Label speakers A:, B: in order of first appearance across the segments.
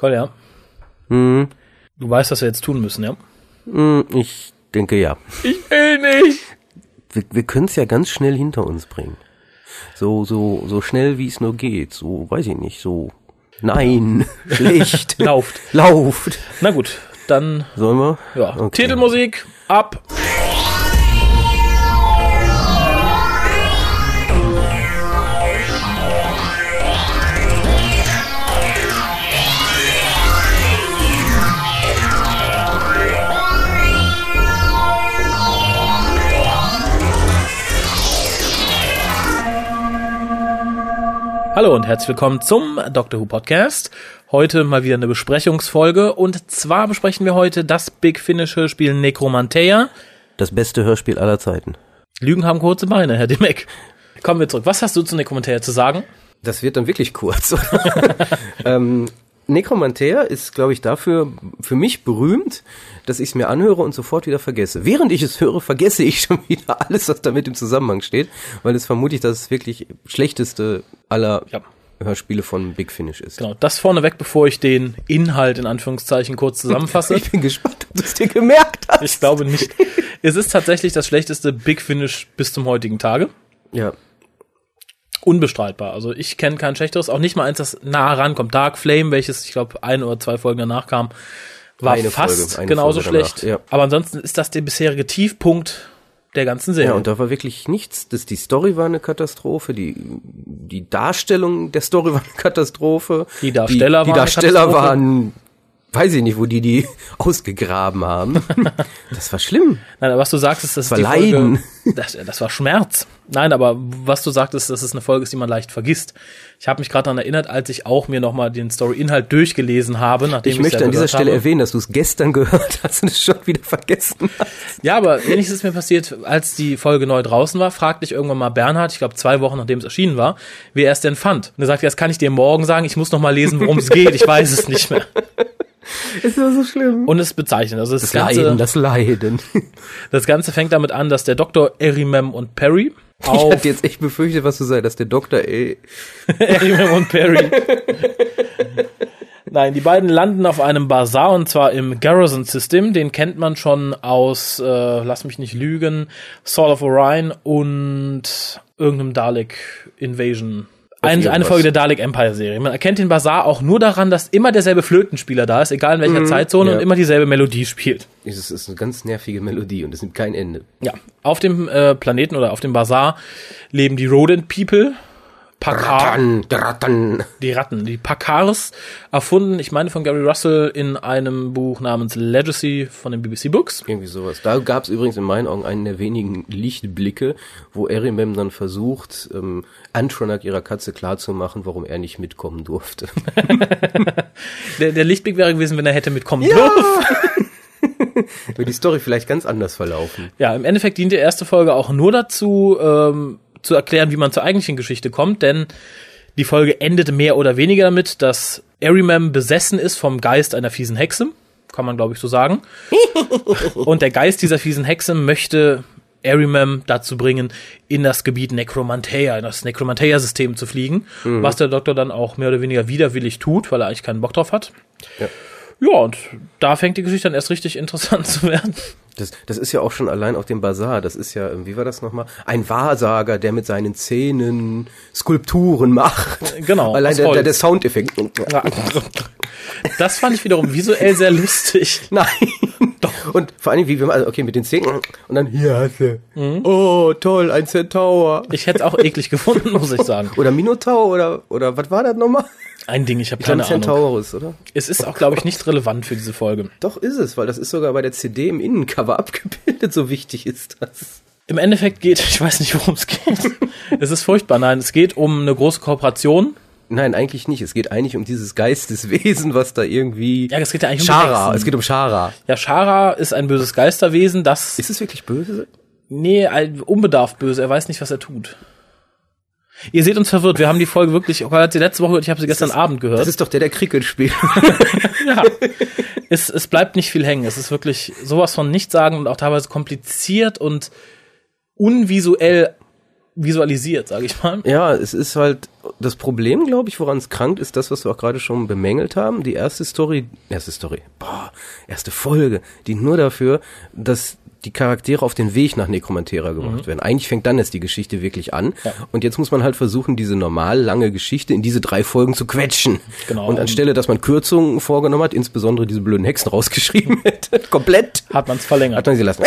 A: Cool, ja.
B: Hm,
A: Du weißt, was wir jetzt tun müssen, ja?
B: hm, ich denke ja.
A: Ich will nicht.
B: Wir, wir können es ja ganz schnell hinter uns bringen. So, so, so schnell wie es nur geht. So, weiß ich nicht, so. Nein, schlecht.
A: Lauft.
B: Lauft.
A: Na gut, dann,
B: Sollen wir?
A: ja.
B: Okay.
A: Titelmusik, ab. Hallo und herzlich willkommen zum Doctor Who Podcast. Heute mal wieder eine Besprechungsfolge und zwar besprechen wir heute das Big Finish Hörspiel Necromantea.
B: Das beste Hörspiel aller Zeiten.
A: Lügen haben kurze Beine, Herr Dimek. Kommen wir zurück. Was hast du zu Necromantea zu sagen?
B: Das wird dann wirklich kurz. ähm, Necromantea ist, glaube ich, dafür für mich berühmt, dass ich es mir anhöre und sofort wieder vergesse. Während ich es höre, vergesse ich schon wieder alles, was damit im Zusammenhang steht, weil es vermutlich das wirklich schlechteste aller
A: Ja.
B: Hörspiele von Big Finish ist.
A: Genau, das vorneweg, bevor ich den Inhalt in Anführungszeichen kurz zusammenfasse.
B: Ich bin gespannt, ob du es dir gemerkt hast.
A: Ich glaube nicht. Es ist tatsächlich das schlechteste Big Finish bis zum heutigen Tage.
B: Ja,
A: Unbestreitbar. Also ich kenne kein schlechteres, auch nicht mal eins, das nah rankommt. Dark Flame, welches ich glaube ein oder zwei Folgen danach kam, war
B: Eine
A: fast
B: Folge, eine
A: genauso
B: Folge danach,
A: schlecht.
B: ja.
A: Aber ansonsten ist das der bisherige Tiefpunkt der ganzen Serie.
B: ja, und da war wirklich nichts. Das, die Story war eine Katastrophe, die, die Darstellung der Story war eine Katastrophe.
A: Die Darsteller waren
B: die, die
A: eine
B: Darsteller
A: Katastrophe.
B: waren, weiß ich nicht, wo die die ausgegraben haben. das war schlimm.
A: Nein, aber was du sagst, ist, dass
B: war
A: die Folge,
B: Leiden.
A: das, das war Schmerz. Nein, aber was du sagtest, dass es eine Folge ist, die man leicht vergisst. Ich habe mich gerade daran erinnert, als ich auch mir nochmal den Story-Inhalt durchgelesen habe, nachdem
B: Ich möchte an dieser Stelle
A: erwähnen.
B: erwähnen, dass du es gestern gehört hast und es schon wieder vergessen hast.
A: Ja, aber ähnliches ist mir passiert, als die Folge neu draußen war, fragte ich irgendwann mal Bernhard, ich glaube zwei Wochen nachdem es erschienen war, wie er es denn fand. Und er sagte, das kann ich dir morgen sagen, ich muss noch mal lesen, worum es geht, ich weiß es nicht mehr.
B: Es war so schlimm.
A: Und es bezeichnet. Also das,
B: Das Leiden,
A: Ganze,
B: das Leiden.
A: das Ganze fängt damit an, dass der Doktor Erimem und Perry
B: Ich
A: auf
B: hatte jetzt echt befürchtet, was du sei, dass der Doktor, ey,
A: Perryman und Perry. Nein, die beiden landen auf einem Bazar und zwar im Garrison System. Den kennt man schon aus, äh, lass mich nicht lügen, Saul of Orion und irgendeinem Dalek Invasion. Ein, eine
B: irgendwas.
A: Folge der Dalek Empire Serie. Man erkennt den Bazar auch nur daran, dass immer derselbe Flötenspieler da ist, egal in welcher Zeitzone
B: ja.
A: und immer dieselbe Melodie spielt.
B: es ist eine ganz nervige Melodie und es nimmt kein Ende.
A: Ja, auf dem äh, Planeten oder auf dem Bazar leben die Rodent People, Pakar
B: Dann, dann.
A: die Ratten, die Pakars, erfunden, ich meine von Gary Russell in einem Buch namens Legacy von den BBC Books.
B: Irgendwie sowas. Da gab es übrigens in meinen Augen einen der wenigen Lichtblicke, wo Erimem dann versucht, ähm, Antronak ihrer Katze klarzumachen, warum er nicht mitkommen durfte.
A: Der, der Lichtblick wäre gewesen, wenn er hätte mitkommen dürfen.
B: Wird die Story vielleicht ganz anders verlaufen.
A: Ja, im Endeffekt dient die erste Folge auch nur dazu, ähm, zu erklären, wie man zur eigentlichen Geschichte kommt, denn die Folge endet mehr oder weniger damit, dass Arimam besessen ist vom Geist einer fiesen Hexe, kann man glaube ich so sagen. Und der Geist dieser fiesen Hexe möchte Arimam dazu bringen, in das Gebiet Necromantea, in das Necromantea-System zu fliegen, was der Doktor dann auch mehr oder weniger widerwillig tut, weil er eigentlich keinen Bock drauf hat.
B: Ja.
A: Ja, und da fängt die Geschichte dann erst richtig interessant zu werden.
B: Das, das ist ja auch schon allein auf dem Bazar. Das ist ja, ähm, wie war das nochmal? Ein Wahrsager, der mit seinen Zähnen Skulpturen macht.
A: Genau,
B: Allein
A: aus
B: der, der,
A: Holz.
B: der Soundeffekt.
A: Das fand ich wiederum visuell sehr lustig.
B: Nein. Doch. Und vor allem, wie wir mal, also okay, mit den Zähnen und dann, hier hast du.
A: Mhm.
B: Oh, toll, ein Centaur.
A: Ich hätte es auch eklig gefunden, muss ich sagen.
B: Oder Minotaur oder, oder was war das nochmal?
A: Ein Ding, ich habe
B: John
A: keine Ahnung.
B: Centaurus, oder?
A: Es ist auch, glaube ich, nicht relevant für diese Folge.
B: Doch ist es, weil das ist sogar bei der CD im Innencover abgebildet, so wichtig ist das.
A: Im Endeffekt geht, ich weiß nicht, worum es geht. Es ist furchtbar. Nein, es geht um eine große Kooperation.
B: Nein, eigentlich nicht. Es geht eigentlich um dieses Geisteswesen, was da irgendwie.
A: Ja, es geht ja eigentlich um die
B: Shara.
A: Hexen.
B: Es geht um Shara.
A: Ja, Shara ist ein böses Geisterwesen, das,
B: Ist es wirklich böse?
A: nee, ein unbedarft böse, er weiß nicht, was er tut. Ihr seht uns verwirrt, wir haben die Folge wirklich, ich habe sie letzte Woche gehört, ich habe sie gestern Abend gehört.
B: Das ist doch der, der Cricket spielt.
A: Ja. es, es bleibt nicht viel hängen. Es ist wirklich sowas von nichtssagend und auch teilweise kompliziert und unvisuell visualisiert, sage ich mal.
B: Ja, es ist halt das Problem, glaube ich, woran es krankt, ist das, was wir auch gerade schon bemängelt haben. Die erste Story, erste Story, boah, erste Folge, die nur dafür, dass die Charaktere auf den Weg nach Necromantera gebracht werden. Eigentlich fängt dann erst die Geschichte wirklich an.
A: Mhm. Ja.
B: Und jetzt muss man halt versuchen, diese normal lange Geschichte in diese drei Folgen zu quetschen.
A: Genau.
B: Und anstelle, dass man Kürzungen vorgenommen hat, insbesondere diese blöden Hexen rausgeschrieben hätte, komplett,
A: Hat man es
B: hat
A: verlängert.
B: man sie lassen.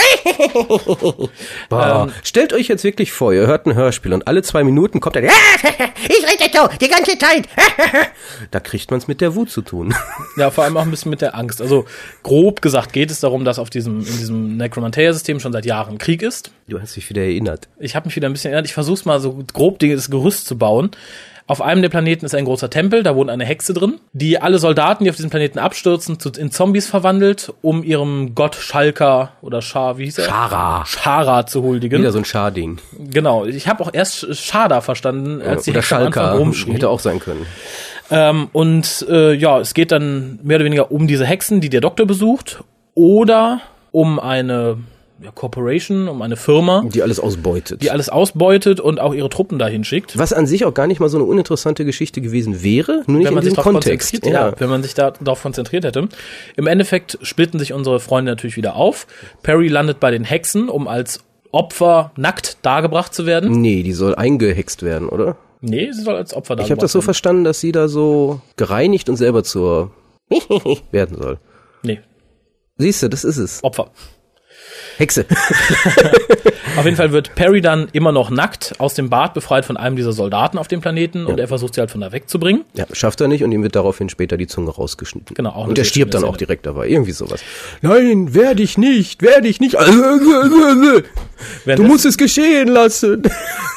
A: Ähm.
B: Boah. Stellt euch jetzt wirklich vor, ihr hört ein Hörspiel und alle zwei Minuten kommt ein Ich rede so, die ganze Zeit. da kriegt man es mit der Wut zu tun.
A: Ja, vor allem auch ein bisschen mit der Angst. Also grob gesagt geht es darum, dass auf diesem, in diesem Necromantia-System schon seit Jahren Krieg ist.
B: Du hast dich wieder erinnert.
A: Ich habe mich wieder ein bisschen erinnert. Ich versuch's mal so grob die- das Gerüst zu bauen. Auf einem der Planeten ist ein großer Tempel, da wohnt eine Hexe drin, die alle Soldaten, die auf diesem Planeten abstürzen, zu, in Zombies verwandelt, um ihrem Gott Schalker oder Schar, wie hieß er?
B: Tara.
A: Schara zu huldigen.
B: Wieder so ein Scharding.
A: Genau. Ich habe auch erst Sch- Schada verstanden, als die
B: Äh, Oder
A: Hexe am Anfang
B: Schalker. Genau.
A: rumschrie.
B: Hätte auch sein können.
A: Ähm, und äh, ja, es geht dann mehr oder weniger um diese Hexen, die der Doktor besucht, oder um eine ja, Corporation, um eine Firma,
B: Die alles ausbeutet.
A: die alles ausbeutet und auch ihre Truppen dahin schickt.
B: Was an sich auch gar nicht mal so eine uninteressante Geschichte gewesen wäre, nur nicht
A: Wenn man,
B: in
A: sich
B: diesem
A: darauf
B: Kontext.
A: konzentriert, ja. wenn man sich da darauf konzentriert hätte. Im Endeffekt splitten sich unsere Freunde natürlich wieder auf. Perry landet bei den Hexen, um als Opfer nackt dargebracht zu werden.
B: Nee, die soll eingehext werden, oder?
A: Nee, sie soll als Opfer dargebracht
B: Ich habe das so verstanden, dass sie da so gereinigt und selber zur werden soll.
A: werden. Nee,
B: Siehst du, das ist es.
A: Opfer. Oh.
B: Hexe.
A: Auf jeden Fall wird Perry dann immer noch nackt aus dem Bad befreit von einem dieser Soldaten auf dem Planeten und er versucht sie halt von da wegzubringen.
B: Ja, schafft er nicht und ihm wird daraufhin später die Zunge rausgeschnitten.
A: Genau, auch
B: und
A: eine
B: er stirbt
A: sehr
B: dann
A: schöne
B: auch
A: Szene.
B: direkt dabei. Irgendwie sowas. Nein, werde ich nicht, werde ich nicht. Du
A: Währenddessen-
B: musst es geschehen lassen.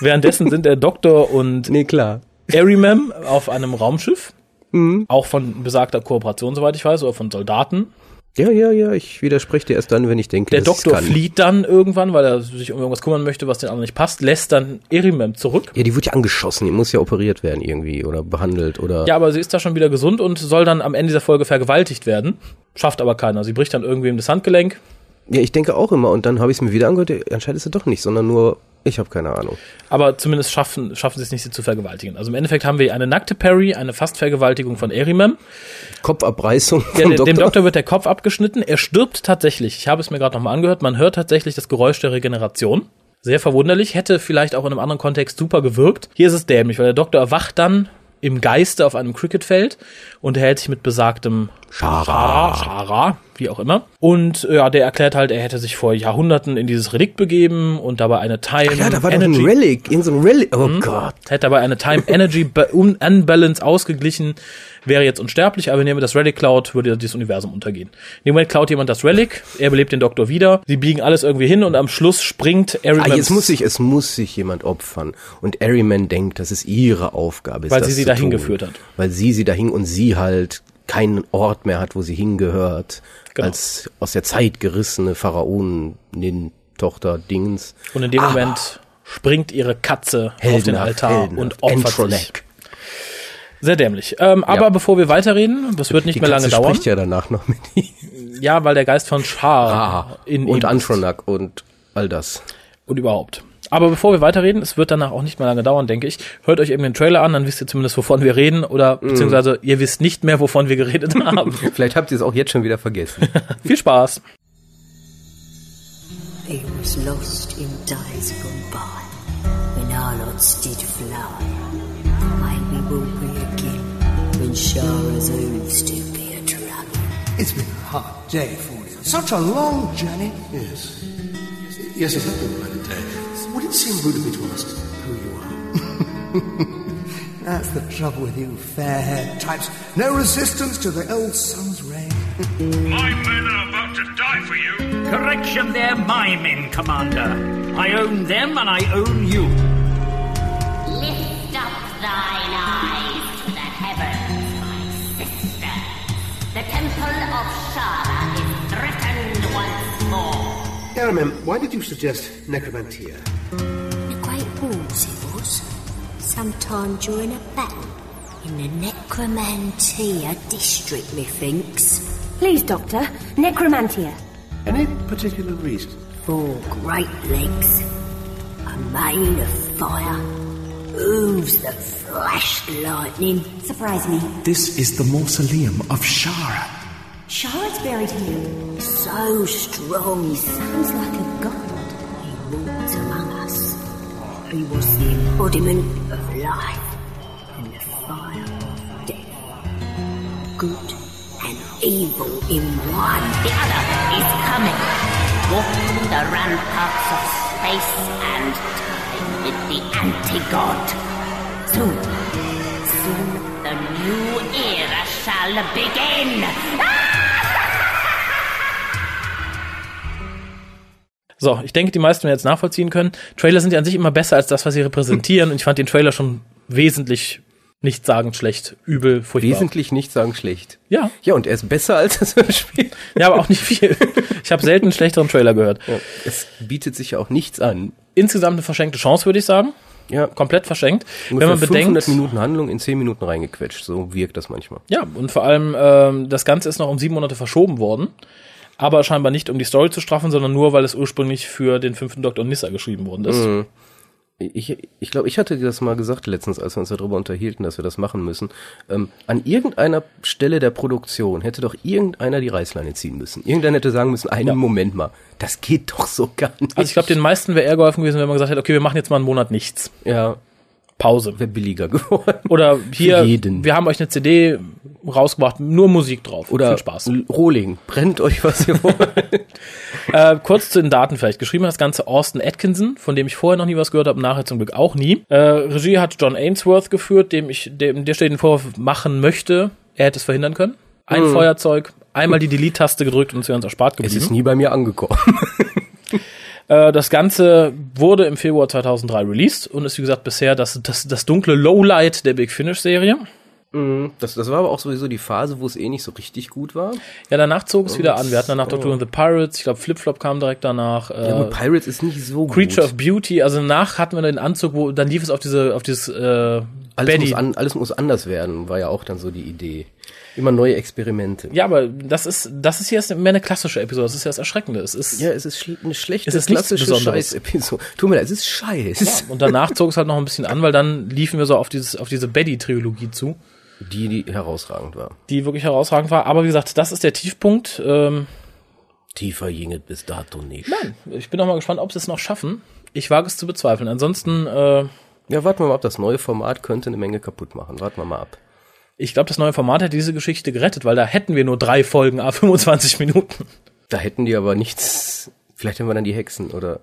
A: Währenddessen sind der Doktor und
B: nee, klar.
A: Airyman auf einem Raumschiff.
B: Mhm.
A: Auch von besagter Kooperation, soweit ich weiß, oder von Soldaten.
B: Ja, ja, ja, ich widerspreche dir erst dann, wenn ich denke,
A: Der
B: dass ich's
A: Doktor
B: kann.
A: flieht dann irgendwann, weil er sich um irgendwas kümmern möchte, was den anderen nicht passt, lässt dann Airyman zurück.
B: Ja, die wurde ja angeschossen, die muss ja operiert werden irgendwie oder behandelt oder...
A: Ja, aber sie ist da schon wieder gesund und soll dann am Ende dieser Folge vergewaltigt werden. Schafft aber keiner. Sie bricht dann irgendwem das Handgelenk.
B: Ja, ich denke auch immer und dann habe ich es mir wieder angehört, ja, anscheinend ist sie doch nicht, sondern nur, ich habe keine Ahnung.
A: Aber zumindest schaffen, schaffen sie es nicht, sie zu vergewaltigen. Also im Endeffekt haben wir eine nackte Perry, eine Fastvergewaltigung von Erimem.
B: Kopfabreißung
A: Der,
B: vom
A: der-
B: Doktor.
A: Dem Doktor wird der Kopf abgeschnitten. Er stirbt tatsächlich. Ich habe es mir gerade nochmal angehört. Man hört tatsächlich das Geräusch der Regeneration. Sehr verwunderlich. Hätte vielleicht auch in einem anderen Kontext super gewirkt. Hier ist es dämlich, weil der Doktor erwacht dann im Geiste auf einem Cricketfeld und erhält sich mit besagtem Schara, Schara, wie auch immer. Und ja, der erklärt halt, er hätte sich vor Jahrhunderten in dieses Relikt begeben und dabei eine Time
B: ja, da war doch ein Relic, irgendein so Relic. Oh
A: Mhm.
B: Gott.
A: Hätte dabei eine Time Energy Ba- Un- Unbalance ausgeglichen, wäre jetzt unsterblich, aber nehmen wir das Relic Cloud, würde dieses Universum untergehen. In dem Moment klaut jemand das Relic, er belebt den Doktor wieder, sie biegen alles irgendwie hin und am Schluss springt Aaron
B: Ah, jetzt muss sich, es muss sich jemand opfern. Und Arryman denkt, dass es ihre Aufgabe ist.
A: Weil
B: das
A: sie sie
B: zu
A: dahin
B: tun.
A: geführt hat.
B: Weil sie sie dahin und sie halt keinen Ort mehr hat, wo sie hingehört.
A: Genau.
B: Als aus der Zeit gerissene Pharaonin. Tochter Dings.
A: und in dem Moment springt ihre Katze auf den
B: Ah. Heldenhaft,
A: Altar
B: heldenhaft.
A: und opfert sich.
B: Entronic.
A: Sehr dämlich. Ähm, aber
B: Ja.
A: bevor wir weiterreden, das wird nicht
B: Die
A: mehr lange
B: Katze
A: dauern.
B: spricht ja danach noch mit ihm.
A: Ja, weil der Geist von Shar Ah, in ihm
B: Ah, und
A: ist.
B: Antronak und all das.
A: und überhaupt. Aber bevor wir weiterreden, es wird danach auch nicht mehr lange dauern, denke ich. Hört euch eben den Trailer an, dann wisst ihr zumindest, wovon wir reden oder beziehungsweise ihr wisst nicht mehr, wovon wir geredet haben.
B: Vielleicht habt ihr es auch jetzt schon wieder vergessen.
A: Viel Spaß.
C: He was lost in days gone by, when our lots did fly. Maybe we'll be again, when Shara's hooves do be a drug.
D: It's been a hard day for you. Such a long journey. Yes. Yes, it has been quite a day. Would it seem rude of me to ask who you are? That's the trouble with you fair-haired types. No resistance to the old sun's ray.
E: My men are about to die for you.
F: Correction, they're my men, Commander. I own them and I own you.
G: Lift up thine eyes to the heavens, my sister. The temple of Shara is threatened once more.
D: Yaramem, why did you suggest necromantia?
C: The Great Wars it was, sometime during a battle, in the Necromantia district, methinks.
H: Please, Doctor. Necromantia.
D: Any particular reason?
C: Four great legs, a mane of fire, ooze the flash lightning.
I: Surprise me.
J: This is the mausoleum of Shara.
I: Shara's buried here.
C: So strong, he
I: Sounds like a god.
C: He walks among us. He was the embodiment of life and the fire of death. Good and evil in one.
G: The other is coming, walking the ramparts of space and time with the anti-god. Soon, soon the new era shall begin.
A: So, ich denke, die meisten werden jetzt nachvollziehen können. Trailer sind ja an sich immer besser als das, was sie repräsentieren. Und ich fand den Trailer schon wesentlich nicht sagend schlecht, übel, furchtbar.
B: Wesentlich nicht sagen schlecht.
A: Ja.
B: Ja, und er ist besser als das Hörspiel.
A: Ja, aber auch nicht viel. Ich habe selten einen schlechteren Trailer gehört.
B: Es bietet sich auch nichts an.
A: Insgesamt eine verschenkte Chance, würde ich sagen.
B: Ja,
A: Komplett verschenkt.
B: ungefähr
A: Wenn man bedenkt.
B: 500 Minuten Handlung in 10 Minuten reingequetscht. So wirkt das manchmal.
A: Ja, und vor allem, ähm, das Ganze ist noch um sieben Monate verschoben worden. Aber scheinbar nicht, um die Story zu straffen, sondern nur, weil es ursprünglich für den fünften Doktor Nissa geschrieben worden ist.
B: Mhm. Ich, ich glaube, ich hatte dir das mal gesagt letztens, als wir uns darüber unterhielten, dass wir das machen müssen. Ähm, an irgendeiner Stelle der Produktion hätte doch irgendeiner die Reißleine ziehen müssen. Irgendeiner hätte sagen müssen, einen Moment mal, das geht doch so gar nicht.
A: Also ich glaube, den meisten wäre eher geholfen gewesen, wenn man gesagt hätte, okay, wir machen jetzt mal einen Monat nichts.
B: ja,
A: Pause.
B: wäre billiger geworden.
A: Oder hier,
B: Für jeden.
A: wir haben euch eine CD rausgebracht, nur Musik drauf.
B: Oder
A: Viel Spaß.
B: Rohling, brennt euch, was ihr wollt.
A: Äh, kurz zu den Daten vielleicht. Geschrieben hat das Ganze Austin Atkinson, von dem ich vorher noch nie was gehört habe, nachher zum Glück auch nie. Äh, Regie hat John Ainsworth geführt, dem ich, dem, der steht den Vorwurf machen möchte. Er hätte es verhindern können. Ein Feuerzeug, einmal die Delete-Taste gedrückt und es wäre uns erspart
B: Hm. es ist
A: geblieben.
B: nie bei mir angekommen.
A: Äh, das Ganze wurde im Februar 2003 released und ist, wie gesagt, bisher das, das, das dunkle Lowlight der Big Finish-Serie.
B: Das, das war aber auch sowieso die Phase, wo es eh nicht so richtig gut war.
A: Ja, danach zog
B: Oh,
A: es wieder an. Wir hatten danach Doctor Who and the Pirates, ich glaube Flip Flop kam direkt danach. Äh,
B: Ja, gut, Pirates ist nicht so
A: Creature
B: gut.
A: of Beauty, also danach hatten wir den Anzug, wo dann lief es auf diese, auf dieses äh,
B: Alles muss,
A: Betty.
B: an, alles muss anders werden, war ja auch dann so die Idee. Immer neue Experimente.
A: Ja, aber das ist, das ist hier erst mehr eine klassische Episode, das ist ja das Erschreckende. Es ist,
B: Ja, es ist schl eine schlechte,
A: Es ist nichts
B: klassische
A: Besonderes.
B: Scheiß-Episode. Tut mir leid, es ist scheiß.
A: Und danach zog es halt noch ein bisschen an, weil dann liefen wir so auf dieses, auf diese Betty-Trilogie zu,
B: Die, die herausragend war.
A: die wirklich herausragend war. Aber wie gesagt, das ist der Tiefpunkt. Ähm,
B: Tiefer ging es bis dato nicht.
A: ich bin auch mal gespannt, ob sie es noch schaffen. Ich wage es zu bezweifeln. Ansonsten, äh,
B: Ja, warten wir mal ab. Das neue Format könnte eine Menge kaputt machen. Warten wir mal ab.
A: ich glaube, das neue Format hätte diese Geschichte gerettet, weil da hätten wir nur drei Folgen, a 25 Minuten.
B: Da hätten die aber nichts. Vielleicht haben wir dann die Hexen oder.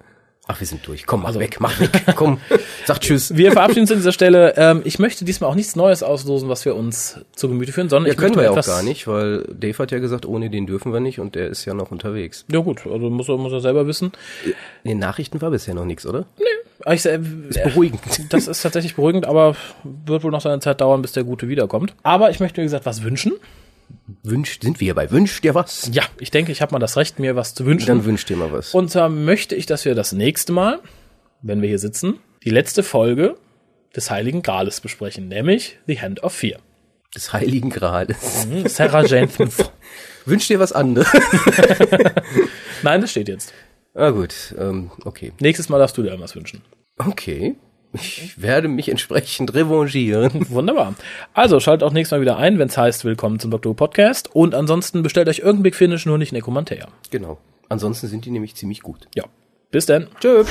B: Ach, wir sind durch. Komm, mach weg, mach weg. Komm, sag tschüss.
A: Also Wir verabschieden uns an dieser Stelle. Ähm, ich möchte diesmal auch nichts Neues auslosen, was wir uns zu Gemüte führen, sondern
B: Ja,
A: ich möchte
B: können wir ja auch
A: etwas-
B: gar nicht, weil Dave hat ja gesagt, ohne den dürfen wir nicht und der ist ja noch unterwegs.
A: Ja gut, also muss er, muss er selber wissen.
B: In den Nachrichten war bisher noch nichts, oder?
A: Aber Ich, äh,
B: Beruhigend.
A: das ist tatsächlich beruhigend, aber wird wohl noch seine Zeit dauern, bis der Gute wiederkommt. Aber ich möchte, wie gesagt, was wünschen.
B: Wünscht, sind wir bei Wünscht dir was?
A: Ja, ich denke, ich habe mal das Recht, mir was zu wünschen.
B: Dann wünscht dir mal was.
A: Und zwar möchte ich, dass wir das nächste Mal, wenn wir hier sitzen, die letzte Folge des Heiligen Grales besprechen, nämlich The Hand of Fear. Mhm,
B: des Heiligen Grales.
A: Sarah Jane.
B: Wünsch dir was anderes.
A: Nein, das steht jetzt.
B: ah gut, ähm, okay.
A: Nächstes Mal darfst du dir irgendwas wünschen.
B: Okay. Ich werde mich entsprechend revanchieren.
A: Wunderbar. Also schaltet auch nächstes Mal wieder ein, wenn es heißt Willkommen zum Dr. Who Podcast. Und ansonsten bestellt euch irgendein Big Finish, nur nicht Necromantea.
B: genau. Ansonsten sind die nämlich ziemlich gut.
A: Ja. Bis dann.
B: Tschö.